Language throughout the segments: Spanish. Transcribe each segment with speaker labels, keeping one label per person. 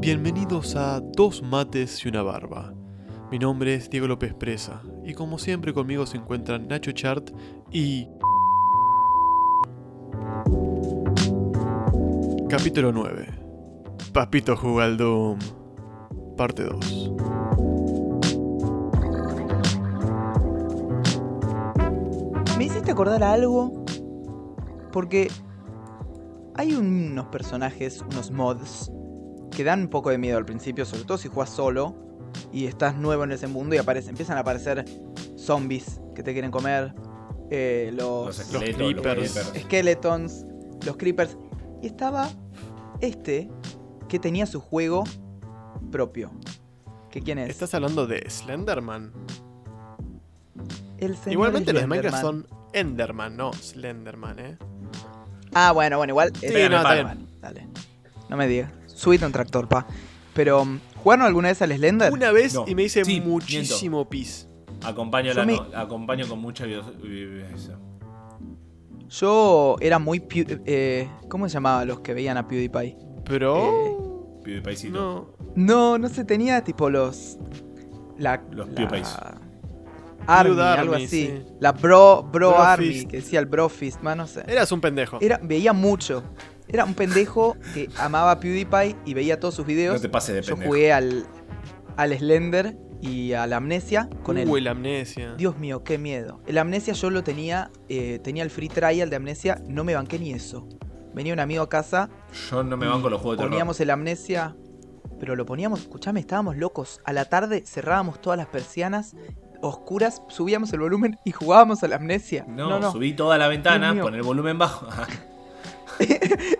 Speaker 1: Bienvenidos a Dos Mates y una Barba. Mi nombre es Diego López Presa y como siempre conmigo se encuentran Nacho Chart y... Capítulo 9. Papito Jugaldum. Parte 2.
Speaker 2: Me hiciste acordar a algo porque hay unos personajes, unos mods, que dan un poco de miedo al principio, sobre todo si jugás solo y estás nuevo en ese mundo y aparece, empiezan a aparecer zombies que te quieren comer, eh,
Speaker 3: Los
Speaker 2: los,
Speaker 3: esqueletos, los
Speaker 1: creepers.
Speaker 3: creepers.
Speaker 2: skeletons, los creepers. Y estaba este que tenía su juego propio. ¿Que quién es?
Speaker 1: Estás hablando de Slenderman.
Speaker 2: El señor
Speaker 1: Igualmente los de Minecraft
Speaker 2: Slenderman.
Speaker 1: son Enderman, no Slenderman, ¿eh?
Speaker 2: Ah, bueno, bueno, igual. Sí,
Speaker 1: no, está
Speaker 2: Dale. No me digas. Subite un tractor, pa. Pero, um, ¿jugaron alguna vez al Slender?
Speaker 1: Una vez
Speaker 3: No.
Speaker 1: y me hice
Speaker 3: Sí, miento.
Speaker 1: muchísimo pis.
Speaker 3: Acompaño,
Speaker 2: Yo
Speaker 3: la
Speaker 2: me-
Speaker 3: no- acompaño con mucha vios- viveza.
Speaker 2: Yo era muy. Pew- eh, ¿Cómo se llamaba los que veían a PewDiePie?
Speaker 1: Pero...
Speaker 3: Pibe paisito.
Speaker 1: no.
Speaker 2: No, no se tenía tipo los. La,
Speaker 3: Los
Speaker 2: la-
Speaker 3: PewDiePies.
Speaker 2: Army,
Speaker 1: Dude Army,
Speaker 2: algo así.
Speaker 1: sí.
Speaker 2: La Bro, bro,
Speaker 1: Bro
Speaker 2: Army,
Speaker 1: Fist. Eh.
Speaker 2: que decía el Bro Fist, más no sé.
Speaker 1: Eras un pendejo.
Speaker 2: Era, veía mucho. Era un pendejo que amaba a PewDiePie y veía todos sus
Speaker 3: No
Speaker 2: videos.
Speaker 3: te pases de
Speaker 2: Yo
Speaker 3: pendejo.
Speaker 2: jugué al, al Slender y a la Amnesia con él.
Speaker 1: Uy, la Uh, amnesia.
Speaker 2: Dios mío, qué miedo. El Amnesia yo lo tenía, eh, tenía el free trial de Amnesia, no me banqué ni eso. Venía un amigo a casa,
Speaker 3: Yo no me banco los juegos de terror.
Speaker 2: poníamos el Amnesia, pero lo poníamos, escuchame, estábamos locos. A la tarde cerrábamos todas las persianas oscuras, subíamos el volumen y jugábamos al Amnesia.
Speaker 3: No,
Speaker 2: No, no.
Speaker 3: subí toda la
Speaker 2: Dios
Speaker 3: ventana,
Speaker 2: mío.
Speaker 3: pon el volumen bajo.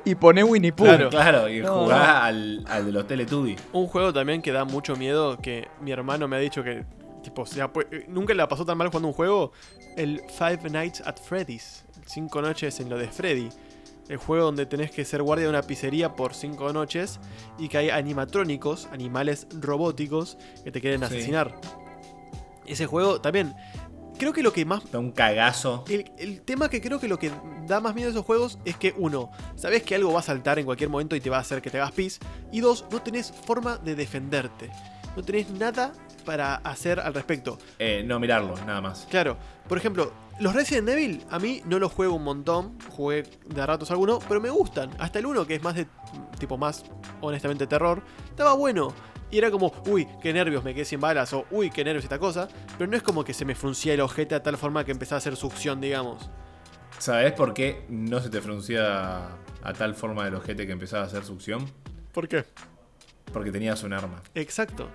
Speaker 2: Y poné Winnie Pooh.
Speaker 1: Claro.
Speaker 3: claro. y
Speaker 2: No,
Speaker 3: jugá
Speaker 2: no.
Speaker 3: Al, al de los Teletubbies.
Speaker 1: Un juego también que da mucho miedo, que mi hermano me ha dicho que, tipo, se ha pu- nunca la pasó tan mal jugando un juego, el Five Nights at Freddy's, Cinco Noches en lo de Freddy. El juego donde tenés que ser guardia de una pizzería por cinco noches y que hay animatrónicos, animales robóticos, que te quieren
Speaker 3: Sí.
Speaker 1: asesinar. Ese juego también, creo que lo que más
Speaker 3: Da un cagazo.
Speaker 1: El, el tema que creo que lo que da más miedo a esos juegos es que, uno, sabes que algo va a saltar en cualquier momento y te va a hacer que te hagas pis. Y dos, no tenés forma de defenderte. No tenés nada para hacer al respecto.
Speaker 3: Eh, no mirarlo, nada más.
Speaker 1: Claro, por ejemplo, los Resident Evil a mí no los juego un montón, jugué de a ratos alguno, pero me gustan. Hasta el uno que es más de tipo más honestamente terror, estaba bueno. Y era como, uy, qué nervios, me quedé sin balas, o uy, qué nervios esta cosa, pero no es como que se me fruncía el ojete a tal forma que empezaba a hacer succión, digamos.
Speaker 3: ¿Sabés por qué no se te fruncía a tal forma del ojete que empezaba a hacer succión?
Speaker 1: ¿Por qué?
Speaker 3: Porque tenías un arma.
Speaker 1: Exacto.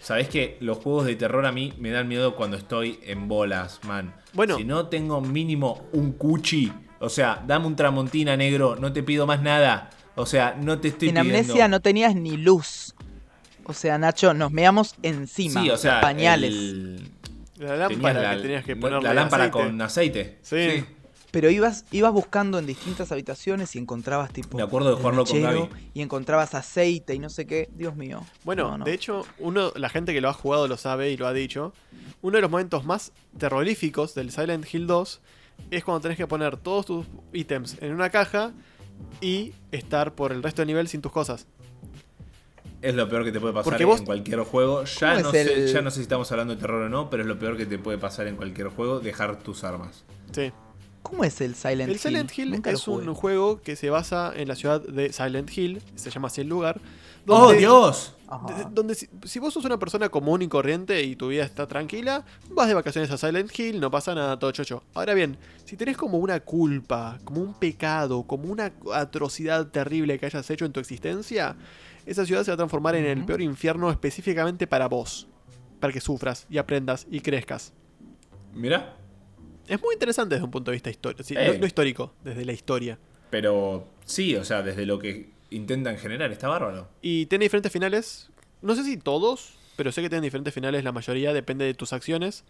Speaker 3: Sabés que los juegos de terror a mí me dan miedo cuando estoy en bolas, man.
Speaker 1: Bueno.
Speaker 3: Si no tengo mínimo un cuchi, o sea, dame un tramontina negro, no te pido más nada. O sea, no te estoy
Speaker 2: en
Speaker 3: pidiendo.
Speaker 2: Amnesia no tenías ni luz. O sea, Nacho, nos meamos encima.
Speaker 3: Sí, o sea,
Speaker 2: pañales.
Speaker 3: el-
Speaker 1: La
Speaker 3: tenías
Speaker 1: lámpara
Speaker 3: la-
Speaker 1: que tenías que
Speaker 3: no,
Speaker 1: poner
Speaker 3: La lámpara con aceite.
Speaker 1: Sí.
Speaker 2: Pero ibas, ibas buscando en distintas habitaciones y encontrabas tipo.
Speaker 3: Me acuerdo de
Speaker 2: el
Speaker 3: jugarlo con
Speaker 2: mechero
Speaker 3: Gaby.
Speaker 2: Y encontrabas aceite y no sé qué. Dios mío.
Speaker 1: Bueno,
Speaker 2: No, no.
Speaker 1: de hecho, uno, la gente que lo ha jugado lo sabe y lo ha dicho. Uno de los momentos más terroríficos del Silent Hill 2 es cuando tenés que poner todos tus ítems en una caja y estar por el resto del nivel sin tus cosas.
Speaker 3: Es lo peor que te puede pasar
Speaker 1: Porque vos-
Speaker 3: en cualquier juego. Ya
Speaker 2: ¿Cómo
Speaker 3: no,
Speaker 2: es
Speaker 3: sé,
Speaker 2: el-
Speaker 3: ya no sé si estamos hablando de terror o no, pero es lo peor que te puede pasar en cualquier juego, dejar tus armas.
Speaker 1: Sí.
Speaker 2: ¿Cómo es el Silent Hill?
Speaker 1: El Silent Hill
Speaker 2: Nunca lo
Speaker 1: es un
Speaker 2: jugué.
Speaker 1: juego que se basa en la ciudad de Silent Hill, se llama así el lugar.
Speaker 3: ¡Oh,
Speaker 1: donde-
Speaker 3: Dios!
Speaker 2: Ajá.
Speaker 1: D- Donde si, si vos sos una persona común y corriente y tu vida está tranquila, vas de vacaciones a Silent Hill, no pasa nada, todo chocho. Ahora bien, si tenés como una culpa, como un pecado, como una atrocidad terrible que hayas hecho en tu existencia, esa ciudad se va a transformar en el
Speaker 2: Ujú.
Speaker 1: peor infierno específicamente para vos. Para que sufras y aprendas y crezcas.
Speaker 3: Mirá.
Speaker 1: Es muy interesante desde un punto de vista histórico. Sí,
Speaker 3: Eh.
Speaker 1: no- no histórico, desde la historia.
Speaker 3: Pero sí, o sea, desde lo que intentan generar, está bárbaro.
Speaker 1: Y tiene diferentes finales. No sé si todos, pero sé que tienen diferentes finales. La mayoría depende de tus acciones.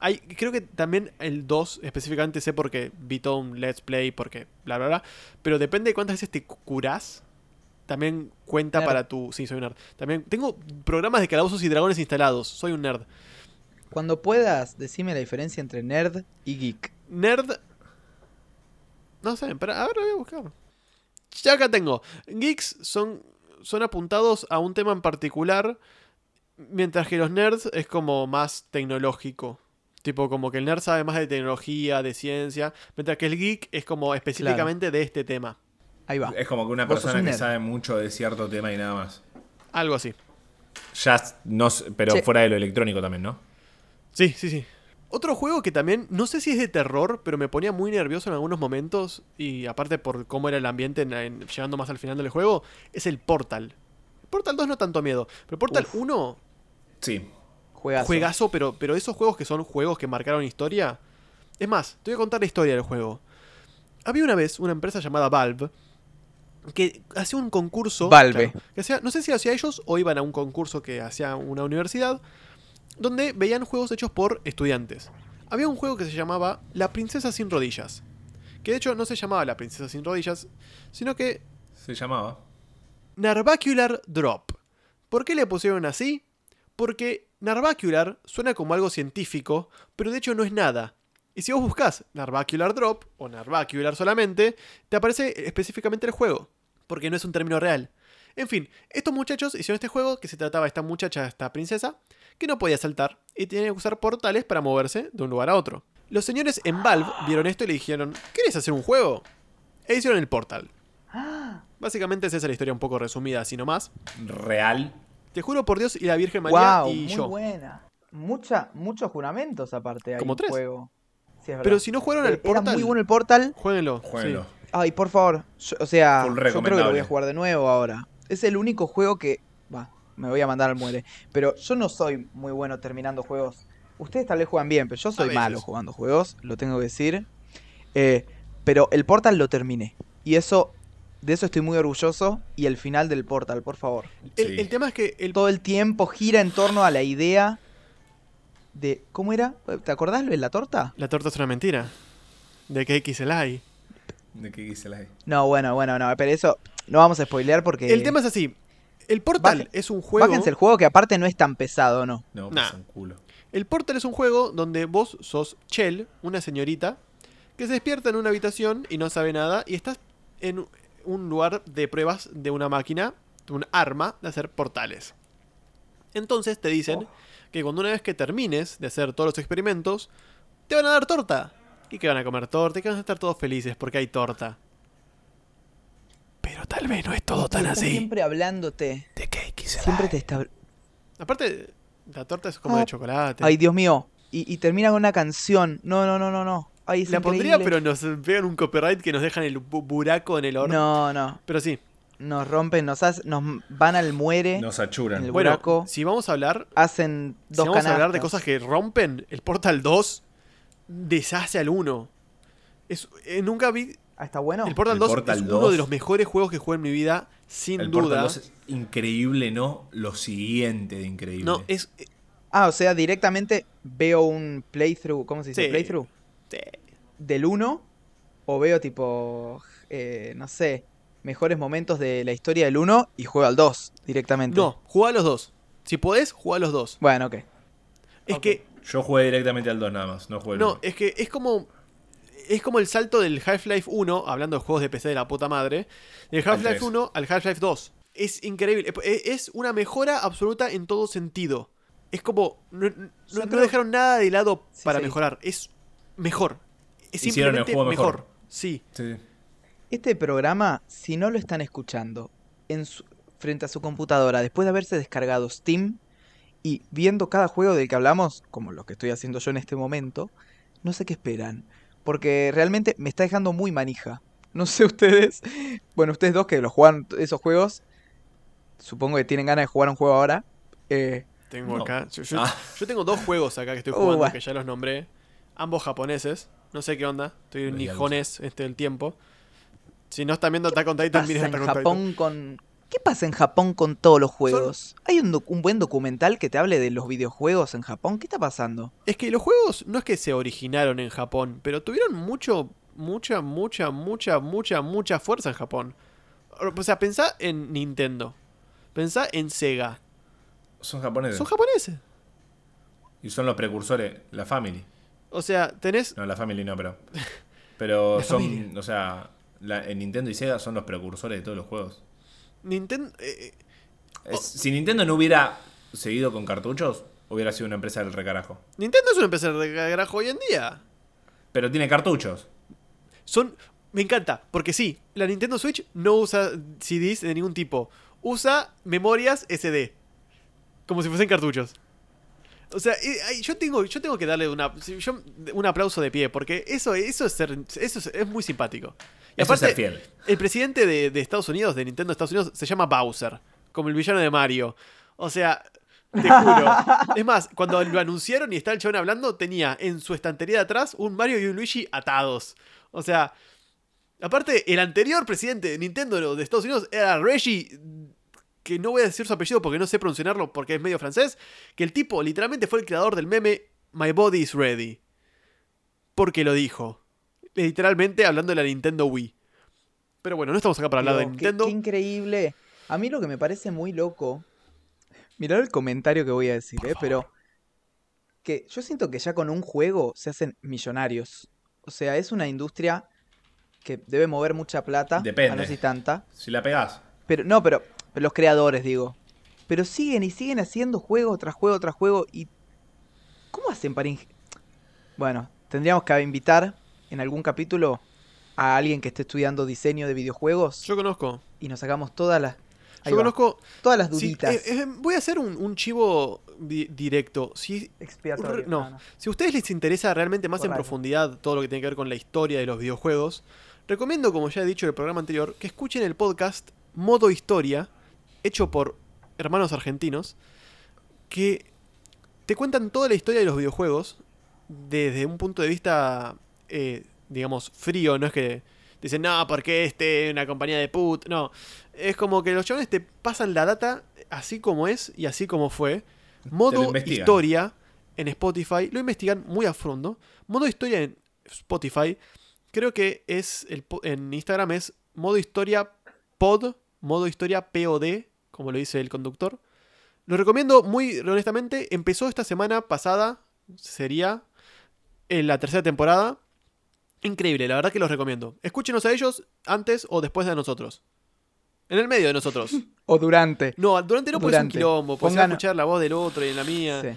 Speaker 1: Hay, creo que también el 2 específicamente sé porque vi todo un let's play, porque bla bla bla. Pero depende de cuántas veces te cu- curás. también cuenta
Speaker 2: Nerd.
Speaker 1: para tu. Sí, soy un nerd. También tengo programas de calabozos y dragones instalados. Soy un nerd.
Speaker 2: Cuando puedas, decime la diferencia entre nerd y geek.
Speaker 1: Nerd. No sé, pero ahora voy a buscar. Ya acá tengo. Geeks son, son apuntados a un tema en particular, mientras que los nerds es como más tecnológico. Tipo, como que el nerd sabe más de tecnología, de ciencia, mientras que el geek es como específicamente de este tema.
Speaker 2: Ahí va.
Speaker 3: Es como que una
Speaker 2: Vos sos
Speaker 3: persona
Speaker 2: un
Speaker 3: que
Speaker 2: nerd.
Speaker 3: sabe mucho de cierto tema y nada más.
Speaker 1: Algo así.
Speaker 3: Ya, s- no, s- pero
Speaker 2: Sí.
Speaker 3: fuera de lo electrónico también, ¿no?
Speaker 1: Sí, sí, sí. Otro juego que también, no sé si es de terror, pero me ponía muy nervioso en algunos momentos, y aparte por cómo era el ambiente en- en- llegando más al final del juego, es el Portal. Portal 2 no tanto miedo, pero Portal
Speaker 2: Uf.
Speaker 1: 1,
Speaker 3: Sí.
Speaker 2: Juegazo.
Speaker 1: juegazo, pero, pero esos juegos que son juegos que marcaron historia. Es más, te voy a contar la historia del juego. Había una vez una empresa llamada Valve que hacía un concurso.
Speaker 2: Valve.
Speaker 1: claro, que hacía- no sé si lo hacía ellos o iban a un concurso que hacía una universidad donde veían juegos hechos por estudiantes. Había un juego que se llamaba La Princesa Sin Rodillas. Que de hecho no se llamaba La Princesa Sin Rodillas, sino que
Speaker 3: Se llamaba.
Speaker 1: Narvacular Drop. ¿Por qué le pusieron así? Porque Narvacular suena como algo científico, pero de hecho no es nada. Y si vos buscas Narvacular Drop o Narvacular solamente, te aparece específicamente el juego, porque no es un término real. En fin, estos muchachos hicieron este juego que se trataba de esta muchacha, esta princesa, que no podía saltar y tenía que usar portales para moverse de un lugar a otro. Los señores en Valve vieron esto y le dijeron, ¿querés hacer un juego? E hicieron el portal. Básicamente esa es la historia un poco resumida, así nomás.
Speaker 3: Real.
Speaker 1: Te juro por Dios y la Virgen María
Speaker 2: Wow,
Speaker 1: y
Speaker 2: muy
Speaker 1: yo.
Speaker 2: buena. Mucha, muchos juramentos aparte hay
Speaker 1: Como
Speaker 2: en
Speaker 1: tres.
Speaker 2: juego. Sí, es
Speaker 1: Pero
Speaker 2: verdad.
Speaker 1: si no jugaron al
Speaker 2: Eh, Era
Speaker 1: portal,
Speaker 2: muy bueno el portal.
Speaker 1: jueguenlo. sí.
Speaker 3: Jueguenlo.
Speaker 2: Ay, por favor. yo- o sea,
Speaker 3: Full
Speaker 2: yo creo que lo voy
Speaker 3: recomendable.
Speaker 2: a jugar de nuevo ahora. Es el único juego que. Va, me voy a mandar al muere. Pero yo no soy muy bueno terminando juegos. Ustedes tal vez juegan bien, pero yo soy
Speaker 1: veces.
Speaker 2: malo jugando juegos, lo tengo que decir. Eh, pero el portal lo terminé. Y eso. De eso estoy muy orgulloso. Y el final del portal, por favor.
Speaker 1: El,
Speaker 3: Sí.
Speaker 1: el tema es que el,
Speaker 2: Todo el tiempo gira en torno a la idea de. ¿Cómo era? ¿Te acordás lo de la torta?
Speaker 1: la torta es una mentira. De que X el hay.
Speaker 3: ¿De qué dice la E?
Speaker 2: No, bueno, bueno, no, pero eso no vamos a spoilear porque.
Speaker 1: El tema es así. El portal
Speaker 2: Baje-
Speaker 1: es un juego.
Speaker 2: Bájense el juego que aparte no es tan pesado, ¿no?
Speaker 3: No,
Speaker 1: Nah.
Speaker 3: pasa un culo.
Speaker 1: El Portal es un juego donde vos sos Chell, una señorita, que se despierta en una habitación y no sabe nada, y estás en un lugar de pruebas de una máquina, de un arma de hacer portales. Entonces te dicen
Speaker 2: Oh.
Speaker 1: que cuando una vez que termines de hacer todos los experimentos, te van a dar torta. Y que van a comer torta y que van a estar todos felices porque hay torta. Pero tal vez no es todo tan
Speaker 2: Está
Speaker 1: así.
Speaker 2: Siempre hablándote.
Speaker 1: De cake is
Speaker 2: Siempre te está.
Speaker 1: Aparte, la torta es como
Speaker 2: Ah.
Speaker 1: de chocolate.
Speaker 2: Ay, Dios mío. Y, y termina con una canción. No, no, no, no, no. Ay, es
Speaker 1: La pondría,
Speaker 2: increíble.
Speaker 1: pero nos pegan un copyright que nos dejan el bu- buraco en el horno.
Speaker 2: No, no.
Speaker 1: Pero sí.
Speaker 2: Nos rompen, nos, hac- nos van al
Speaker 1: ¿Eh?
Speaker 2: muere,
Speaker 3: Nos
Speaker 2: El
Speaker 3: achuran.
Speaker 1: Bueno,
Speaker 2: buraco.
Speaker 1: si vamos a hablar,
Speaker 2: hacen
Speaker 1: si
Speaker 2: dos
Speaker 1: vamos a hablar de cosas
Speaker 2: canastas.
Speaker 1: que rompen, el Portal 2 deshace al 1. Es, eh, nunca vi.
Speaker 2: Ah, está bueno.
Speaker 1: el Portal
Speaker 3: El
Speaker 1: 2
Speaker 3: Portal
Speaker 1: es
Speaker 3: 2.
Speaker 1: uno de los mejores juegos que jugué en mi vida, sin
Speaker 3: El
Speaker 1: duda.
Speaker 3: Portal 2 es increíble, ¿no? Lo siguiente de increíble.
Speaker 1: no, es. eh,
Speaker 2: Ah, o sea, directamente veo un playthrough. ¿Cómo se dice?
Speaker 1: Sí.
Speaker 2: Playthrough.
Speaker 1: eh,
Speaker 2: del 1 o veo tipo, eh, no sé, mejores momentos de la historia del 1 y juego al 2 directamente.
Speaker 1: No, jugá a los dos. Si podés, jugá a los dos.
Speaker 2: Bueno, ok.
Speaker 1: Es
Speaker 2: Ok.
Speaker 1: que
Speaker 3: Yo jugué directamente al 2 nada más. No jugué al
Speaker 1: No,
Speaker 3: uno.
Speaker 1: es que es como. Es como el salto del Half-Life 1, hablando de juegos de PC de la puta madre, del
Speaker 3: Al
Speaker 1: Half-Life
Speaker 3: tres.
Speaker 1: 1 al Half-Life 2. Es increíble. Es es una mejora absoluta en todo sentido. Es como. No, no-
Speaker 2: Yo
Speaker 1: no
Speaker 2: creo-
Speaker 1: dejaron nada de lado
Speaker 2: Sí,
Speaker 1: para
Speaker 2: sí.
Speaker 1: mejorar. Es mejor. Es
Speaker 3: Hicieron el
Speaker 1: simplemente
Speaker 3: juego
Speaker 1: mejor.
Speaker 3: mejor.
Speaker 1: Sí.
Speaker 3: Sí.
Speaker 2: Este programa, si no lo están escuchando en su- frente a su computadora después de haberse descargado Steam y viendo cada juego del que hablamos, como lo que estoy haciendo yo en este momento, no sé qué esperan. Porque realmente me está dejando muy manija. No sé ustedes. Bueno, ustedes dos que los juegan esos juegos, supongo que tienen ganas de jugar un juego ahora. Eh,
Speaker 1: Tengo
Speaker 3: No.
Speaker 1: acá. Yo, yo-
Speaker 3: Ah.
Speaker 1: yo tengo dos juegos acá que estoy
Speaker 2: Oh,
Speaker 1: jugando,
Speaker 2: bueno.
Speaker 1: que ya los nombré. Ambos japoneses. No sé qué onda. Estoy en
Speaker 3: Los
Speaker 1: nijonés este el tiempo. Si no están viendo Attack on Titan, miren
Speaker 2: pasa en
Speaker 1: Attack on Titan.
Speaker 2: Japón con... ¿Qué pasa en Japón con todos los juegos? ¿Hay un, doc- un buen documental que te hable de los videojuegos en Japón? ¿Qué está pasando?
Speaker 1: Es que los juegos no es que se originaron en Japón, pero tuvieron mucho, mucha, mucha, mucha, mucha, mucha fuerza en Japón. O sea, pensá en Nintendo. Pensá en Sega.
Speaker 3: Son japoneses.
Speaker 1: Son japoneses.
Speaker 3: y son los precursores. La Family.
Speaker 1: O sea, tenés.
Speaker 3: No, la Family no, pero. Pero
Speaker 1: La
Speaker 3: son.
Speaker 1: familia.
Speaker 3: O sea, la- en Nintendo y Sega son los precursores de todos los juegos.
Speaker 1: Nintendo. eh, eh,
Speaker 3: Es- Si Nintendo no hubiera seguido con cartuchos, hubiera sido una empresa del recarajo.
Speaker 1: Nintendo es una empresa de carajo hoy en día.
Speaker 3: Pero tiene cartuchos.
Speaker 1: Son. Me encanta, porque sí, la Nintendo Switch no usa CDs de ningún tipo. Usa memorias SD. Como si fuesen cartuchos. O sea, eh, ay, yo tengo, yo tengo que darle una, si yo- un aplauso de pie, porque eso, eso, es, ser- eso es, es muy simpático. Y
Speaker 3: Eso es
Speaker 1: aparte,
Speaker 3: ser fiel.
Speaker 1: el presidente de, de Estados Unidos, de Nintendo de Estados Unidos, se llama Bowser, como el villano de Mario. O sea, te juro. Es más, cuando lo anunciaron y está el chabón hablando, tenía en su estantería de atrás un Mario y un Luigi atados. O sea, aparte, el anterior presidente de Nintendo de Estados Unidos era Reggie, que no voy a decir su apellido porque no sé pronunciarlo porque es medio francés, que el tipo literalmente fue el creador del meme My Body is Ready. Porque lo dijo. Literalmente hablando de la Nintendo Wii. Pero bueno, no estamos acá para hablar de
Speaker 2: Digo, qué-
Speaker 1: Nintendo.
Speaker 2: Qué, increíble. A mí lo que me parece muy loco. Mirá el comentario que voy a decir,
Speaker 1: Por
Speaker 2: eh,
Speaker 1: favor.
Speaker 2: pero. Que yo siento que ya con un juego se hacen millonarios. O sea, es una industria que debe mover mucha plata. A
Speaker 3: Depende.
Speaker 2: no sé si tanta.
Speaker 3: Si la pegás.
Speaker 2: Pero, no, pero, pero los creadores, digo. Pero siguen y siguen haciendo juego tras juego tras juego. ¿Y cómo hacen para.? ing- Bueno, tendríamos que invitar en algún capítulo a alguien que esté estudiando diseño de videojuegos
Speaker 1: Yo conozco.
Speaker 2: y nos sacamos todas las. ahí
Speaker 1: Yo
Speaker 2: va,
Speaker 1: conozco.
Speaker 2: todas las
Speaker 1: Sí,
Speaker 2: duditas.
Speaker 1: eh, eh, voy a hacer un, un chivo di- directo. Si
Speaker 2: Expiatorio,
Speaker 1: Re- no. Si a ustedes les interesa realmente más en
Speaker 2: Correcto.
Speaker 1: profundidad todo lo que tiene que ver con la historia de los videojuegos, recomiendo, como ya he dicho en el programa anterior, que escuchen el podcast Modo Historia, hecho por hermanos argentinos, que te cuentan toda la historia de los videojuegos desde un punto de vista, eh, digamos, frío, no es que dicen, no, porque este es una compañía de put, no. Es como que los chavales te pasan la data así como es y así como fue. Modo
Speaker 3: investigan.
Speaker 1: historia en Spotify, lo investigan muy a fondo. Modo historia en Spotify, creo que es, el, po- en Instagram es modo historia pod, modo historia POD, como lo dice el conductor. Lo recomiendo muy honestamente. Empezó esta semana pasada, sería en la tercera temporada. Increíble, la verdad que los recomiendo. Escúchenos a ellos antes o después de nosotros. En el medio de nosotros.
Speaker 2: O durante.
Speaker 1: No, durante no puedes un
Speaker 2: Durante.
Speaker 1: quilombo, puedes
Speaker 2: Pongan-
Speaker 1: escuchar la voz del otro y la mía.
Speaker 2: Sí.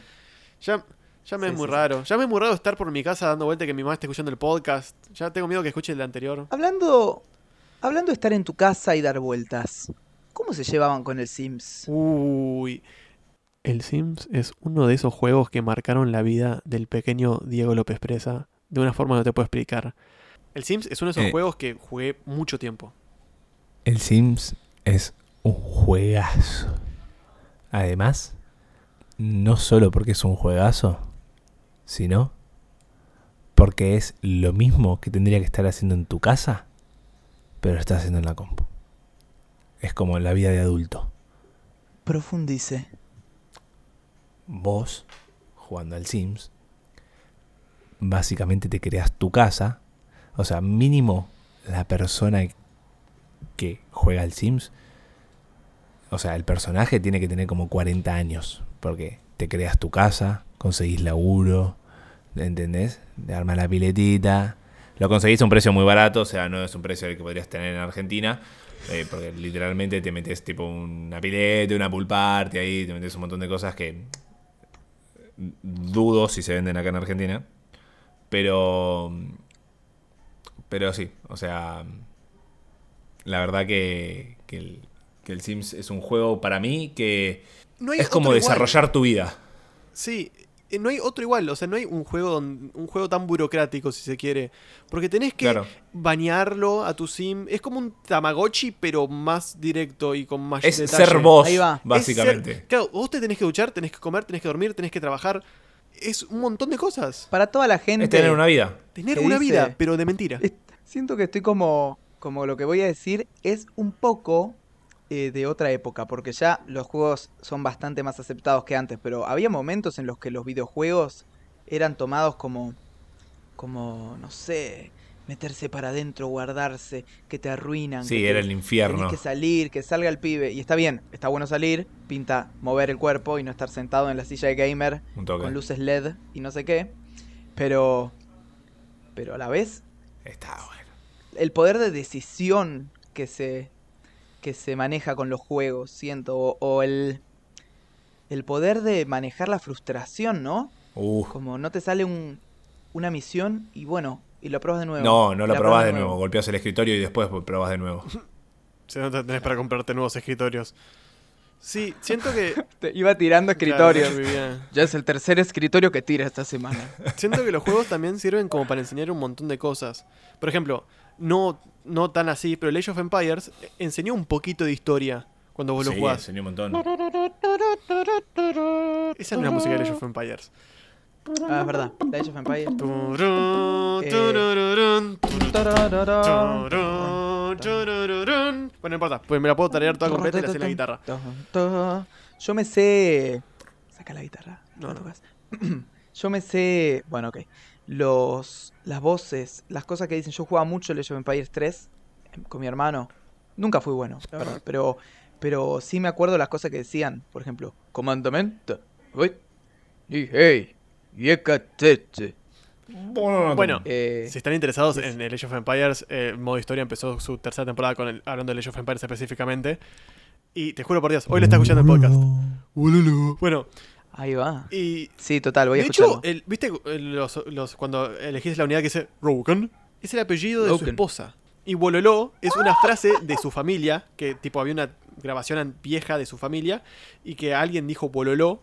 Speaker 1: Ya, ya me
Speaker 2: Sí,
Speaker 1: es muy
Speaker 2: sí, sí.
Speaker 1: raro. Ya me es muy raro estar por mi casa dando vuelta y que mi mamá esté escuchando el podcast. Ya tengo miedo que escuche el de anterior.
Speaker 2: Hablando, hablando de estar en tu casa y dar vueltas. ¿Cómo se llevaban con el Sims?
Speaker 1: Uy. El Sims es uno de esos juegos que marcaron la vida del pequeño Diego López Presa de una forma que no te puedo explicar. El Sims es uno de esos
Speaker 4: Eh.
Speaker 1: juegos que jugué mucho tiempo.
Speaker 4: El Sims es un juegazo. Además, no solo porque es un juegazo, sino porque es lo mismo que tendría que estar haciendo en tu casa, pero lo estás haciendo en la compu. Es como la vida de adulto.
Speaker 2: Profundice.
Speaker 4: Vos, jugando al Sims, básicamente te creas tu casa. O sea, mínimo la persona que juega al Sims. O sea, el personaje tiene que tener como 40 años. Porque te creas tu casa, conseguís laburo, ¿entendés? Te armas la piletita. Lo conseguís a un precio muy barato, o sea, no es un precio que podrías tener en Argentina. eh, porque literalmente te metes tipo una pileta, una pool party ahí, te metes un montón de cosas que dudo si se venden acá en Argentina. Pero. Pero sí, o sea. La verdad que, que, el, que el Sims es un juego para mí que
Speaker 1: No hay
Speaker 4: es como
Speaker 1: otro igual.
Speaker 4: desarrollar tu vida.
Speaker 1: Sí, eh, no hay otro igual, o sea, no hay un juego don- un juego tan burocrático si se quiere, porque tenés que
Speaker 4: Claro.
Speaker 1: bañarlo a tu sim, es como un Tamagotchi pero más directo y con más
Speaker 4: Es
Speaker 1: detalle.
Speaker 4: ser vos,
Speaker 2: Ahí va.
Speaker 1: Es ser-
Speaker 4: básicamente.
Speaker 1: claro, vos te tenés que duchar, tenés que comer, tenés que dormir, tenés que trabajar, es un montón de cosas.
Speaker 2: Para toda la gente.
Speaker 4: Es
Speaker 1: Este
Speaker 4: tener una vida.
Speaker 1: Tener
Speaker 2: ¿Qué
Speaker 1: una
Speaker 2: dice?
Speaker 1: vida, pero de mentira.
Speaker 2: Es- Siento que estoy como, como lo que voy a decir es un poco eh, de otra época, porque ya los juegos son bastante más aceptados que antes, pero había momentos en los que los videojuegos eran tomados como, como, no sé, meterse para adentro, guardarse, que te arruinan.
Speaker 3: Sí,
Speaker 2: que
Speaker 3: era
Speaker 2: te-
Speaker 3: el infierno.
Speaker 2: Tenés que salir, que salga el pibe. Y está bien, está bueno salir, pinta mover el cuerpo y no estar sentado en la silla de gamer
Speaker 3: Un toque.
Speaker 2: con luces LED y no sé qué. Pero. Pero a la vez,
Speaker 3: Está bueno.
Speaker 2: el poder de decisión que se. que se maneja con los juegos, siento. O, o el. El poder de manejar la frustración, ¿no?
Speaker 3: Uh,
Speaker 2: Como no te sale un, una misión y bueno, y lo pruebas de nuevo.
Speaker 3: no, no
Speaker 2: Y
Speaker 3: la
Speaker 2: la
Speaker 3: probás de nuevo. Golpeás el escritorio y después probás de nuevo.
Speaker 1: Si no te tenés para comprarte nuevos escritorios. Sí, siento que.
Speaker 2: Te iba tirando escritorios.
Speaker 1: Claro, vivía-
Speaker 2: Ya es el tercer escritorio que tira esta semana.
Speaker 1: Siento que los juegos también sirven como para enseñar un montón de cosas. Por ejemplo, no, no tan así, pero Age of Empires enseñó un poquito de historia cuando vos lo
Speaker 3: Sí,
Speaker 1: jugás.
Speaker 3: enseñó un montón.
Speaker 1: Esa no es la música de Age of Empires.
Speaker 3: Eh.
Speaker 2: Ah, es verdad. The Age of Empires.
Speaker 1: Turun,
Speaker 2: Eh.
Speaker 1: turururun, turun,
Speaker 2: Tarararán.
Speaker 1: turun, turururun. Bueno, no importa, pues me la puedo tarear toda completa y la sé en la guitarra.
Speaker 2: Yo me sé. Saca la guitarra.
Speaker 1: No,
Speaker 2: la
Speaker 1: no.
Speaker 2: tocas. Yo me sé. Bueno, ok. Los, las voces, las cosas que dicen. Yo jugaba mucho el Age of Empires 3 con mi hermano. Nunca fui bueno,
Speaker 1: Ah.
Speaker 2: la verdad. Pero, pero sí me acuerdo las cosas que decían. Por ejemplo, comandamento. Uy. Y hey. Yecatete.
Speaker 1: Bueno,
Speaker 2: Eh,
Speaker 1: Si están interesados
Speaker 2: Sí, sí.
Speaker 1: en el Age of Empires, eh, modo historia empezó su tercera temporada con el- hablando del Age of Empires específicamente. Y te juro por Dios, hoy lo está escuchando el podcast. Bueno,
Speaker 2: Ahí va.
Speaker 1: y
Speaker 2: Sí, total, voy a
Speaker 1: de hecho,
Speaker 2: escucharlo.
Speaker 1: el- ¿viste eh, los, los- cuando elegís la unidad que dice Roken? Es el apellido de su
Speaker 2: Roken.
Speaker 1: esposa. Y Wololo es una frase de su familia, que tipo había una grabación an- vieja de su familia, y que alguien dijo Wololo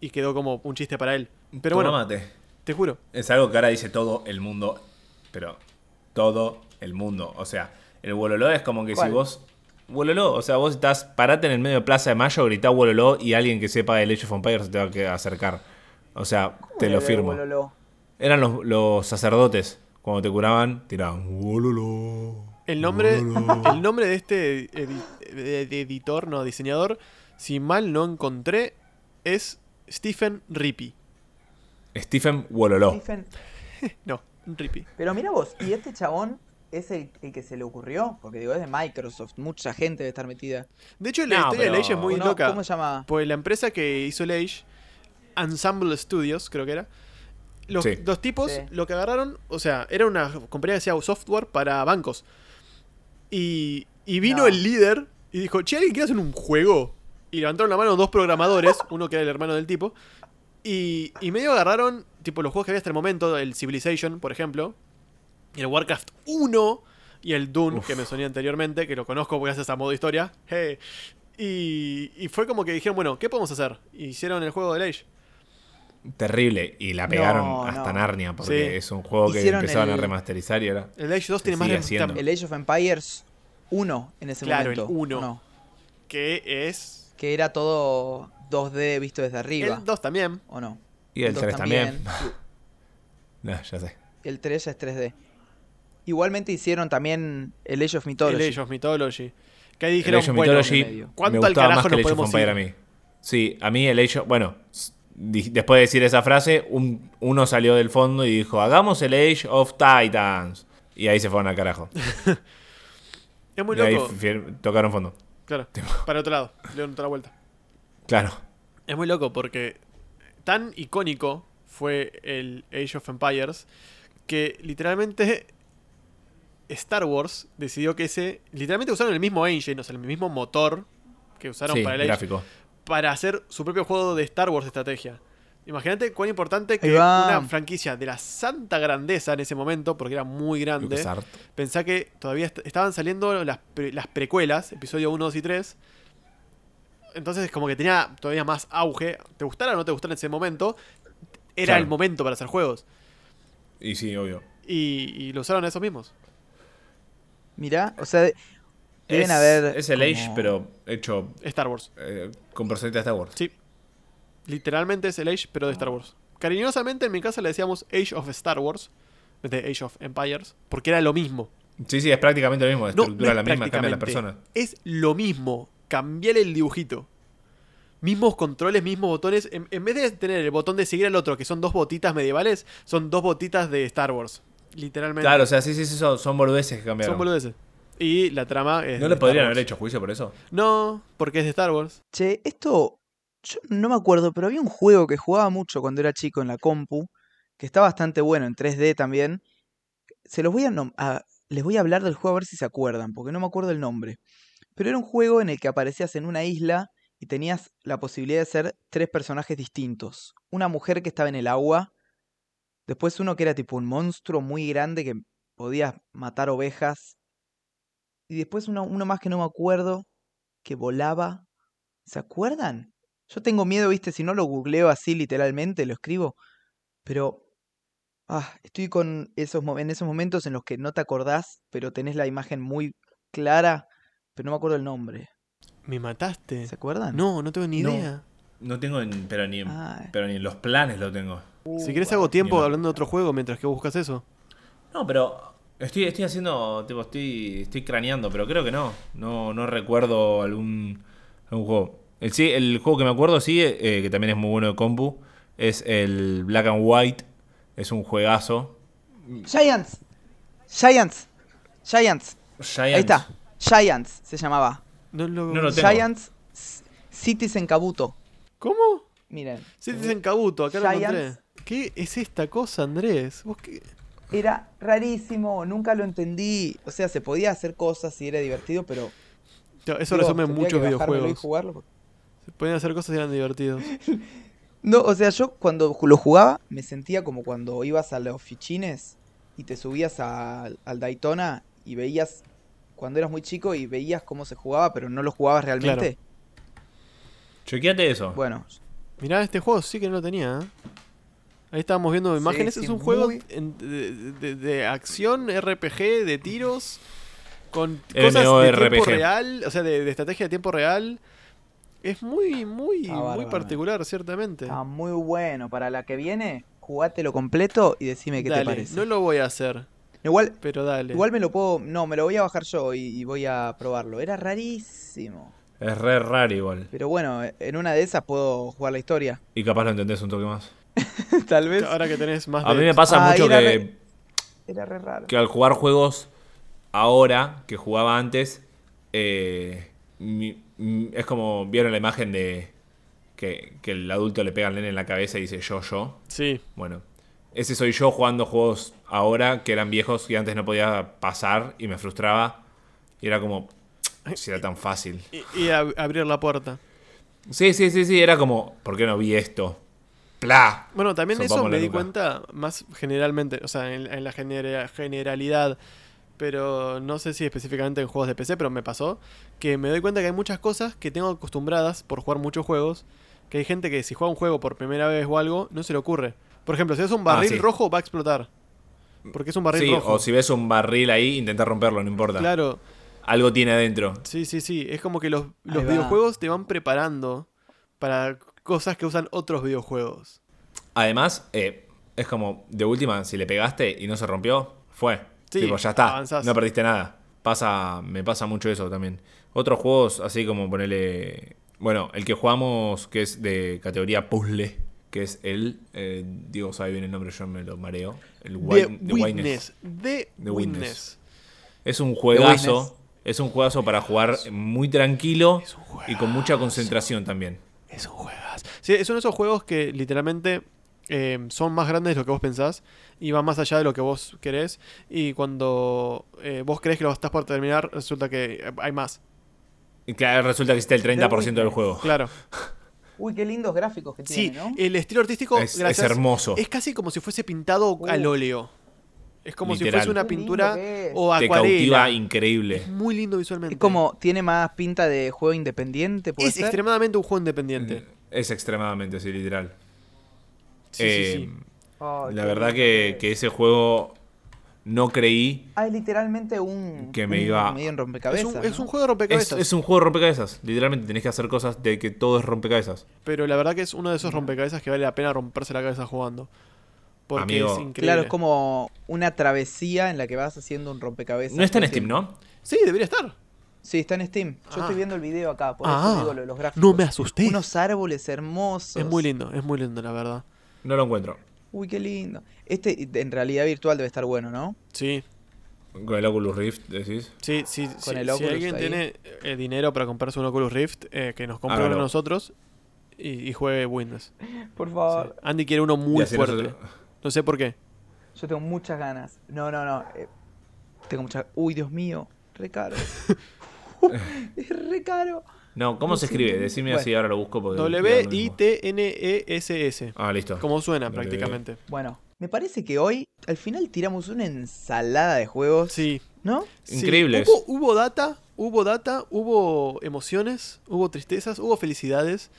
Speaker 1: y quedó como un chiste para él. Pero bueno, te juro.
Speaker 3: Es algo que ahora dice todo el mundo, pero todo el mundo. O sea, el Wololó es como que
Speaker 2: ¿Cuál?
Speaker 3: si vos. Wololó, o sea, vos estás parate en el medio de Plaza de Mayo, gritá Wololó y alguien que sepa del Age of Empires se te va a que- acercar. O sea, te lo firmo. Eran los, los sacerdotes. Cuando te curaban, tiraban Wololó.
Speaker 1: El nombre,
Speaker 3: Wololó".
Speaker 1: el nombre de este edi- de- de editor, no, diseñador, si mal no encontré, es Stephen Rippy.
Speaker 3: Stephen Wololó.
Speaker 2: Stephen,
Speaker 1: No, Rippy.
Speaker 2: pero mira vos, y este chabón es el, el que se le ocurrió, porque digo, es de Microsoft, mucha gente debe estar metida.
Speaker 1: De hecho,
Speaker 3: No,
Speaker 1: la historia
Speaker 3: pero-
Speaker 1: de Age es muy
Speaker 2: No,
Speaker 1: loca.
Speaker 2: ¿Cómo se llama?
Speaker 1: Pues la empresa que hizo el Age, Ensemble Studios, creo que era. Los
Speaker 3: Sí.
Speaker 1: dos tipos
Speaker 2: Sí.
Speaker 1: lo que agarraron, o sea, era una compañía que hacía software para bancos. Y, y vino
Speaker 2: No.
Speaker 1: el líder y dijo, che, ¿alguien quiere hacer un juego? Y levantaron la mano dos programadores, uno que era el hermano del tipo. Y, y medio agarraron, tipo, los juegos que había hasta el momento, el Civilization, por ejemplo, y el Warcraft 1 y el Dune, que me soné anteriormente, que lo conozco gracias a modo historia. Hey. Y, y fue como que dijeron, bueno, ¿qué podemos hacer? Hicieron el juego del Age.
Speaker 3: Terrible. Y la pegaron
Speaker 2: No,
Speaker 3: hasta
Speaker 2: no.
Speaker 3: Narnia, porque
Speaker 1: Sí.
Speaker 3: es un juego que
Speaker 2: Hicieron
Speaker 3: empezaban
Speaker 2: el-
Speaker 3: a remasterizar y ahora.
Speaker 1: El Age 2
Speaker 3: Se
Speaker 1: tiene más
Speaker 3: sigue
Speaker 1: renta-
Speaker 3: haciendo.
Speaker 2: El Age of Empires 1 en ese
Speaker 1: Claro, el
Speaker 2: momento.
Speaker 1: 1.
Speaker 2: No,
Speaker 1: que es...
Speaker 2: que era todo 2D visto desde arriba.
Speaker 1: El 2 también.
Speaker 2: ¿O no?
Speaker 3: Y el
Speaker 2: dos
Speaker 3: 3 también. No, ya sé.
Speaker 2: El 3 ya es 3D. Igualmente hicieron también el Age of Mythology.
Speaker 1: El Age of Mythology. Que ahí
Speaker 3: El
Speaker 1: dijeron,
Speaker 3: Age of
Speaker 1: bueno,
Speaker 3: Mythology
Speaker 2: medio.
Speaker 1: ¿cuánto
Speaker 3: me
Speaker 1: al
Speaker 3: gustaba más
Speaker 1: carajo
Speaker 3: que el
Speaker 1: nos
Speaker 3: Age of
Speaker 1: podemos
Speaker 3: Empire
Speaker 1: ir?
Speaker 3: a mí. Sí, a mí el Age of... Bueno, s- di- después de decir esa frase, un- uno salió del fondo y dijo, hagamos el Age of Titans. Y ahí se fueron al carajo.
Speaker 1: Es muy
Speaker 3: Y ahí
Speaker 1: loco.
Speaker 3: fier- tocaron fondo.
Speaker 1: Claro, para otro lado. Le dieron otra vuelta.
Speaker 3: Claro.
Speaker 1: Es muy loco porque tan icónico fue el Age of Empires que literalmente Star Wars decidió que ese. Literalmente usaron el mismo engine, o sea, el mismo motor que usaron
Speaker 3: Sí,
Speaker 1: para el Age
Speaker 3: gráfico.
Speaker 1: para hacer su propio juego de Star Wars de estrategia. Imagínate cuán importante
Speaker 2: Ahí
Speaker 1: que
Speaker 2: va.
Speaker 1: una franquicia de la santa grandeza en ese momento, porque era muy grande.
Speaker 3: LucasArts.
Speaker 1: Pensá que todavía est- estaban saliendo las, pre- las precuelas, episodio 1, 2 y 3. Entonces, como que tenía todavía más auge. ¿Te gustara o no te gustara en ese momento? Era
Speaker 3: Claro.
Speaker 1: el momento para hacer juegos.
Speaker 3: Y sí, obvio.
Speaker 1: Y, y lo usaron esos mismos.
Speaker 2: Mirá, o sea, deben
Speaker 3: es,
Speaker 2: haber.
Speaker 3: es el
Speaker 2: como-
Speaker 3: Age, pero hecho
Speaker 1: Star Wars.
Speaker 3: eh, con personalidad de Star Wars.
Speaker 1: Sí. Literalmente es el Age, pero de Star Wars. Cariñosamente en mi casa le decíamos Age of Star Wars, desde Age of Empires, porque era lo mismo.
Speaker 3: Sí, sí, es prácticamente lo mismo. La
Speaker 1: No,
Speaker 3: estructura
Speaker 1: no
Speaker 3: la
Speaker 1: es
Speaker 3: misma, cambia la
Speaker 1: prácticamente.
Speaker 3: persona.
Speaker 1: Es lo mismo. Cambiar el dibujito. Mismos controles, mismos botones. En, en vez de tener el botón de seguir al otro, que son dos botitas medievales, son dos botitas de Star Wars. Literalmente.
Speaker 3: Claro, o sea, sí, sí, sí, son, son boludeces que cambiaron.
Speaker 1: Son boludeces. Y la trama es.
Speaker 3: ¿No
Speaker 1: de
Speaker 3: le
Speaker 1: Star
Speaker 3: podrían
Speaker 1: Wars.
Speaker 3: haber hecho juicio por eso?
Speaker 1: No, porque es de Star Wars.
Speaker 2: Che, esto. Yo no me acuerdo, pero había un juego que jugaba mucho cuando era chico en la compu, que está bastante bueno en 3D también. Se los voy a, nom- a- les voy a hablar del juego a ver si se acuerdan, porque no me acuerdo el nombre. Pero era un juego en el que aparecías en una isla y tenías la posibilidad de ser tres personajes distintos. Una mujer que estaba en el agua, después uno que era tipo un monstruo muy grande que podías matar ovejas, y después uno, uno más que no me acuerdo, que volaba. ¿Se acuerdan? Yo tengo miedo, viste, si no lo googleo así literalmente, lo escribo. Pero. Ah, estoy con esos mo- en esos momentos en los que no te acordás, pero tenés la imagen muy clara, pero no me acuerdo el nombre.
Speaker 1: ¿Me mataste?
Speaker 2: ¿Se acuerdan?
Speaker 1: No, no tengo ni
Speaker 3: No.
Speaker 1: idea.
Speaker 3: No tengo, en- pero, ni en,
Speaker 2: Ah.
Speaker 3: pero ni en los planes lo tengo.
Speaker 1: si querés hago tiempo
Speaker 3: Uh, Ni lo-
Speaker 1: hablando de otro juego mientras que buscas eso.
Speaker 3: No, pero estoy, estoy haciendo, tipo, estoy, estoy craneando, pero creo que no. No, no recuerdo algún, algún juego. El, sí, el juego que me acuerdo, sí, eh, que también es muy bueno de compu, es el Black and White. Es un juegazo.
Speaker 2: eh. Giants. Giants. Giants.
Speaker 3: Giants.
Speaker 2: Ahí está. Giants se llamaba.
Speaker 1: No lo,
Speaker 3: No lo tengo.
Speaker 2: Giants C- Cities en Kabuto.
Speaker 1: ¿Cómo?
Speaker 2: Miren.
Speaker 1: Sí, dicen Kabuto, acá lo
Speaker 2: Giants.
Speaker 1: encontré. ¿Qué es esta cosa, Andrés? ¿Vos qué?
Speaker 2: Era rarísimo, nunca lo entendí. O sea, se podía hacer cosas y era divertido, pero.
Speaker 1: Ya, Eso
Speaker 2: digo,
Speaker 1: resume
Speaker 2: tendría que
Speaker 1: muchos
Speaker 2: bajármelo y
Speaker 1: videojuegos.
Speaker 2: jugarlo porque-
Speaker 1: Se podían hacer cosas y eran divertidos.
Speaker 2: No, o sea, yo cuando ju- lo jugaba me sentía como cuando ibas a los fichines y te subías a- al Daytona y veías, cuando eras muy chico y veías cómo se jugaba, pero no lo jugabas realmente.
Speaker 3: Chequeate eso.
Speaker 2: Bueno,
Speaker 1: Mirá, este juego sí que no lo tenía. ¿eh? Ahí estábamos viendo imágenes.
Speaker 2: sí,
Speaker 1: es un
Speaker 2: muy-
Speaker 1: juego en- de, de- de acción, RPG, de tiros, con t- cosas de tiempo
Speaker 3: MMORPG.
Speaker 1: real, o sea, de, de estrategia de tiempo real. Es muy, muy,
Speaker 2: Está
Speaker 1: muy
Speaker 2: bárbaro. eh.
Speaker 1: particular, ciertamente.
Speaker 2: está muy bueno. Para la que viene, jugátelo completo y decime qué
Speaker 1: Dale,
Speaker 2: te parece.
Speaker 1: no lo voy a hacer,
Speaker 2: Igual,
Speaker 1: pero dale.
Speaker 2: igual me lo puedo, no, me lo voy a bajar yo y, y voy a probarlo. Era rarísimo.
Speaker 3: Es re raro igual.
Speaker 2: Pero bueno, en una de esas puedo jugar la historia.
Speaker 3: Y capaz lo entendés un toque más.
Speaker 2: Tal vez.
Speaker 1: Ahora que tenés más
Speaker 3: A
Speaker 1: de-
Speaker 3: mí me pasa
Speaker 2: Ah,
Speaker 3: mucho
Speaker 2: era
Speaker 3: que...
Speaker 2: re- Era re raro.
Speaker 3: que al jugar juegos ahora que jugaba antes, eh, mi- mi- es como vieron la imagen de que, que el adulto le pega al nene en la cabeza y dice yo, yo.
Speaker 1: Sí,
Speaker 3: Bueno, ese soy yo jugando juegos ahora que eran viejos y antes no podía pasar y me frustraba. Y era como, si era tan fácil.
Speaker 1: y, y ab- abrir la puerta.
Speaker 3: Sí, sí, sí, sí, era como, ¿por qué no vi esto? ¡Pla!
Speaker 1: Bueno, también
Speaker 3: Son
Speaker 1: eso
Speaker 3: Pablo
Speaker 1: me di
Speaker 3: Luca.
Speaker 1: cuenta más generalmente, o sea, en, en la genera- generalidad, pero no sé si específicamente en juegos de PC, pero me pasó que me doy cuenta que hay muchas cosas que tengo acostumbradas por jugar muchos juegos, que hay gente que si juega un juego por primera vez o algo, no se le ocurre. Por ejemplo, si es un barril
Speaker 3: Ah, sí.
Speaker 1: rojo va a explotar. Porque es un barril
Speaker 3: Sí,
Speaker 1: rojo.
Speaker 3: o si ves un barril ahí, intenta romperlo, no importa.
Speaker 1: Claro,
Speaker 3: Algo tiene adentro.
Speaker 1: sí, sí, sí, es como que los, los
Speaker 2: va.
Speaker 1: videojuegos te van preparando para cosas que usan otros videojuegos.
Speaker 3: Además, eh, es como, de última, si le pegaste y no se rompió, fue.
Speaker 1: Sí,
Speaker 3: Tipo, ya está.
Speaker 1: avanzás.
Speaker 3: No perdiste nada. Pasa, me pasa mucho eso también. Otros juegos, así como ponerle. Bueno, el que jugamos, que es de categoría puzzle, que es el. eh, Diego sabe bien el nombre, yo me lo mareo. El
Speaker 1: The
Speaker 3: Wine- The Witness.
Speaker 1: Witness. The
Speaker 3: The
Speaker 1: Witness.
Speaker 3: Witness. Es un
Speaker 2: Witness.
Speaker 3: juegazo. Es un juegazo para jugar muy tranquilo
Speaker 1: Es un
Speaker 3: y con mucha concentración también.
Speaker 1: Es un juegazo. Sí, son esos juegos que literalmente eh, son más grandes de lo que vos pensás y van más allá de lo que vos querés. Y cuando eh, vos crees que lo estás por terminar, resulta que eh, hay más.
Speaker 3: Y claro, resulta que está el 30% del
Speaker 2: Witness.
Speaker 3: juego.
Speaker 1: Claro.
Speaker 2: Uy, qué lindos gráficos que
Speaker 1: Sí, eh,
Speaker 2: tiene, ¿no?
Speaker 1: el estilo artístico
Speaker 3: Es- es
Speaker 1: gracias,
Speaker 3: hermoso.
Speaker 1: Es casi como si fuese pintado
Speaker 2: Uh.
Speaker 1: al óleo. Es como si
Speaker 3: Literal.
Speaker 1: fuese una
Speaker 2: Qué lindo
Speaker 1: pintura
Speaker 2: que es.
Speaker 1: o
Speaker 3: Te cautiva
Speaker 1: acuarela.
Speaker 3: increíble.
Speaker 1: Es muy lindo visualmente.
Speaker 2: Es como, tiene más pinta de juego independiente, puede
Speaker 1: Es
Speaker 2: ser?
Speaker 1: extremadamente un juego independiente.
Speaker 3: Mm, Es extremadamente, sí, literal.
Speaker 1: Sí,
Speaker 3: Eh,
Speaker 1: sí, sí.
Speaker 2: Ay,
Speaker 3: La
Speaker 2: qué
Speaker 3: verdad
Speaker 2: lindo
Speaker 3: que,
Speaker 2: es.
Speaker 3: que ese juego no creí.
Speaker 2: Ah, es literalmente un...
Speaker 3: que me
Speaker 2: un
Speaker 3: iba-
Speaker 2: Medio en
Speaker 1: Es
Speaker 2: rompecabezas,
Speaker 1: un, es
Speaker 2: ¿no?
Speaker 1: un juego de
Speaker 3: Es,
Speaker 1: rompecabezas.
Speaker 3: es un juego de rompecabezas. Literalmente tenés que hacer cosas de que todo es rompecabezas.
Speaker 1: Pero la verdad que es uno de esos rompecabezas que vale la pena romperse la cabeza jugando. Porque
Speaker 3: Amigo.
Speaker 1: es increíble.
Speaker 2: Claro, es como una travesía en la que vas haciendo un rompecabezas.
Speaker 3: No está en
Speaker 2: porque-
Speaker 3: Steam, ¿no?
Speaker 1: Sí, debería estar.
Speaker 2: Sí, está en Steam. Yo
Speaker 1: Ah.
Speaker 2: estoy viendo el video acá, por
Speaker 1: Ah.
Speaker 2: eso digo lo de los gráficos.
Speaker 1: No me asusté.
Speaker 2: Unos árboles hermosos.
Speaker 1: Es muy lindo, es muy lindo, la verdad.
Speaker 3: No lo encuentro.
Speaker 2: Uy, qué lindo. Este en realidad virtual debe estar bueno, ¿no?
Speaker 1: Sí,
Speaker 3: Con el Oculus Rift, decís.
Speaker 1: sí, sí. sí.
Speaker 2: el
Speaker 1: si
Speaker 2: Oculus
Speaker 1: alguien
Speaker 2: ahí.
Speaker 1: tiene eh, dinero para comprarse un Oculus Rift, eh, que nos compre uno
Speaker 3: Hágalo.
Speaker 1: a nosotros y, y juegue Windows.
Speaker 2: Por
Speaker 1: Sí. Andy quiere uno
Speaker 3: Y
Speaker 1: muy
Speaker 3: así
Speaker 1: fuerte.
Speaker 3: nosotros-
Speaker 1: No sé por qué.
Speaker 2: Yo tengo muchas ganas. No, no, no. eh, tengo muchas. Uy, Dios mío. Re caro. es re caro.
Speaker 3: No, ¿cómo se escribe? Decime así, ahora lo busco. porque-
Speaker 1: W-I-T-N-E-S-S.
Speaker 3: Ah, listo.
Speaker 1: E Como suena
Speaker 3: W.
Speaker 1: prácticamente.
Speaker 2: Bueno, me parece que hoy al final tiramos una ensalada de juegos,
Speaker 1: Sí.
Speaker 2: ¿no?
Speaker 1: sí.
Speaker 3: Increíbles.
Speaker 1: Hubo, hubo data, hubo data, hubo emociones, hubo tristezas, hubo felicidades,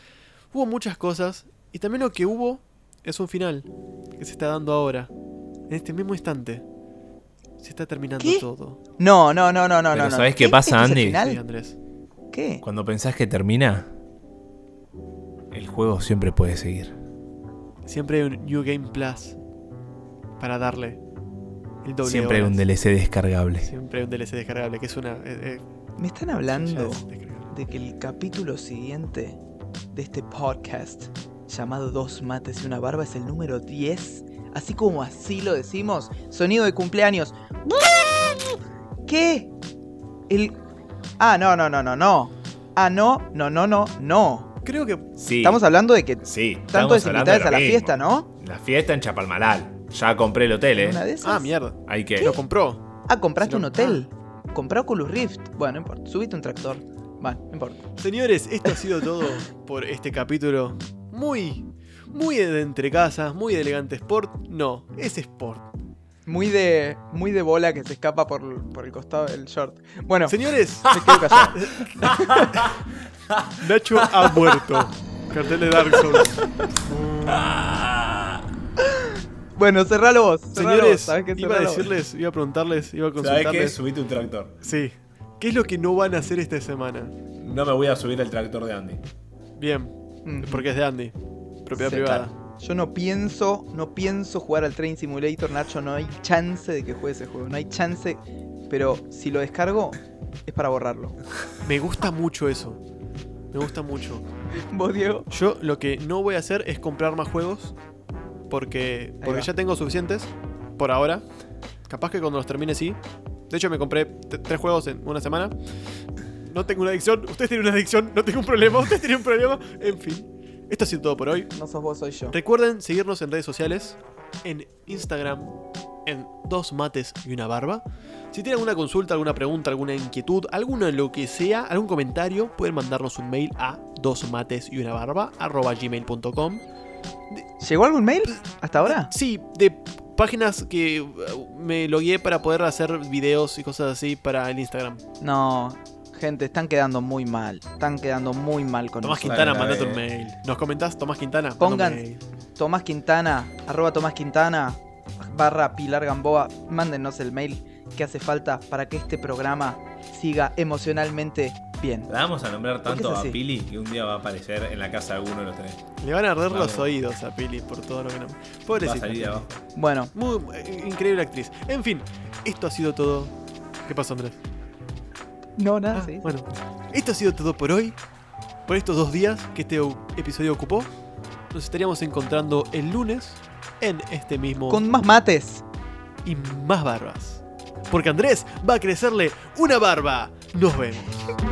Speaker 1: hubo muchas cosas. Y también lo que hubo es un final que se está dando ahora. En este mismo instante. Se está terminando
Speaker 2: ¿Qué?
Speaker 1: todo.
Speaker 2: No, no, no, no, no,
Speaker 3: Pero
Speaker 2: no.
Speaker 3: ¿sabés qué
Speaker 2: ¿E- este es
Speaker 3: pasa,
Speaker 2: el
Speaker 3: Andy?
Speaker 1: Sí,
Speaker 2: final?
Speaker 1: Andrés.
Speaker 2: ¿Qué?
Speaker 4: Cuando pensás que termina, el juego siempre puede seguir.
Speaker 1: Siempre hay un New Game Plus para darle el doble. de
Speaker 4: Siempre hay un
Speaker 1: horas.
Speaker 4: DLC descargable.
Speaker 1: Siempre hay un DLC descargable, que es una. eh, eh,
Speaker 2: Me están
Speaker 1: ya
Speaker 2: hablando
Speaker 1: es descargable.
Speaker 2: de que el capítulo siguiente de este podcast, llamado Dos Mates y una Barba, es el número 10. Así como así lo decimos, sonido de cumpleaños. ¿Qué? El... Ah, no, no, no, no, no. Ah, no, no, no, no, no.
Speaker 1: Creo que
Speaker 3: Sí.
Speaker 2: Estamos hablando de que
Speaker 3: Sí.
Speaker 2: tanto
Speaker 3: estamos
Speaker 2: es
Speaker 3: hablando de
Speaker 2: invitadas
Speaker 3: lo
Speaker 2: a la
Speaker 3: mismo.
Speaker 2: fiesta, ¿no?
Speaker 3: La fiesta en Chapalmalal. Ya compré el hotel, ¿eh?
Speaker 2: Una de esas.
Speaker 1: Ah, mierda.
Speaker 3: Hay que.
Speaker 1: Lo compró.
Speaker 2: Ah, compraste
Speaker 1: Si
Speaker 2: un
Speaker 1: no- ah.
Speaker 2: hotel. Comprá Oculus Rift. Bueno, no importa. Subiste un tractor. Bueno, no importa.
Speaker 1: Señores, esto ha sido todo por este capítulo. Muy, muy de entre casas, muy de elegante sport. No, es sport.
Speaker 2: Muy de, muy de bola que se escapa por, por el costado del short. Bueno,
Speaker 1: Señores,
Speaker 2: me quedo callado.
Speaker 1: Nacho ha muerto. Cartel de Dark Souls.
Speaker 2: Bueno, cerralo vos. cerralo vos,
Speaker 1: Señores,
Speaker 2: sabés que
Speaker 1: iba a
Speaker 2: cerralo vos.
Speaker 1: decirles, iba a preguntarles, iba a
Speaker 3: ¿Sabes qué?
Speaker 1: consultarles.
Speaker 3: Subite un tractor.
Speaker 1: Sí. ¿Qué es lo que no van a hacer esta semana?
Speaker 3: No me voy a subir al tractor de Andy.
Speaker 1: Bien,
Speaker 2: Ujú.
Speaker 1: porque es de Andy. Propiedad
Speaker 2: Mm. Sí,
Speaker 1: privada.
Speaker 2: Yo no pienso, no pienso jugar al Train Simulator, Nacho. No hay chance de que juegue ese juego. No hay chance. Pero si lo descargo, es para borrarlo.
Speaker 1: Me gusta mucho eso. Me gusta mucho.
Speaker 2: ¿Vos, Diego?
Speaker 1: Yo lo que no voy a hacer es comprar más juegos. Porque, porque
Speaker 2: va.
Speaker 1: ya tengo suficientes. Por ahora. Capaz que cuando los termine sí. De hecho, me compré t- tres juegos en una semana. No tengo una adicción. Ustedes tienen una adicción. No tengo un problema. Ustedes tienen un problema. En fin. Esto ha sido todo por hoy.
Speaker 2: No sos vos, soy yo.
Speaker 1: Recuerden seguirnos en redes sociales, en Instagram, en Dos Mates y una Barba. Si tienen alguna consulta, alguna pregunta, alguna inquietud, alguna lo que sea, algún comentario, pueden mandarnos un mail a dosmates y una barba gmail.com.
Speaker 2: ¿Llegó algún mail hasta ahora?
Speaker 1: Sí, de páginas que uh, me logué para poder hacer videos y cosas así para el Instagram.
Speaker 2: No. Gente, están quedando muy mal. Están quedando muy mal con
Speaker 1: Tomás
Speaker 2: nosotros.
Speaker 1: Quintana,
Speaker 3: la
Speaker 1: mandate un
Speaker 3: vez.
Speaker 1: mail. ¿Nos comentás, Tomás Quintana? Manda un
Speaker 2: Pongan-
Speaker 1: mail.
Speaker 2: Tomás Quintana, arroba Tomás Quintana, barra Pilar Gamboa, mándenos el mail que hace falta para que este programa siga emocionalmente bien.
Speaker 3: La vamos a nombrar
Speaker 2: ¿Por qué
Speaker 3: tanto
Speaker 2: es
Speaker 3: a
Speaker 2: así?
Speaker 3: Pili que un día va a aparecer en la casa de alguno de los tres.
Speaker 1: Le van a arder
Speaker 3: Vale.
Speaker 1: los oídos a Pili por todo lo que no.
Speaker 3: Va a
Speaker 1: Pobrecita.
Speaker 3: salir de abajo.
Speaker 2: Bueno,
Speaker 1: Muy eh, increíble actriz. En fin, esto ha sido todo. ¿Qué pasó, Andrés?
Speaker 2: no, nada,
Speaker 1: Ah,
Speaker 2: sí.
Speaker 1: Bueno, esto ha sido todo por hoy. Por estos dos días que este u- episodio ocupó. Nos estaríamos encontrando el lunes en este mismo
Speaker 2: Con más mates.
Speaker 1: y más barbas. Porque Andrés va a crecerle una barba. Nos vemos.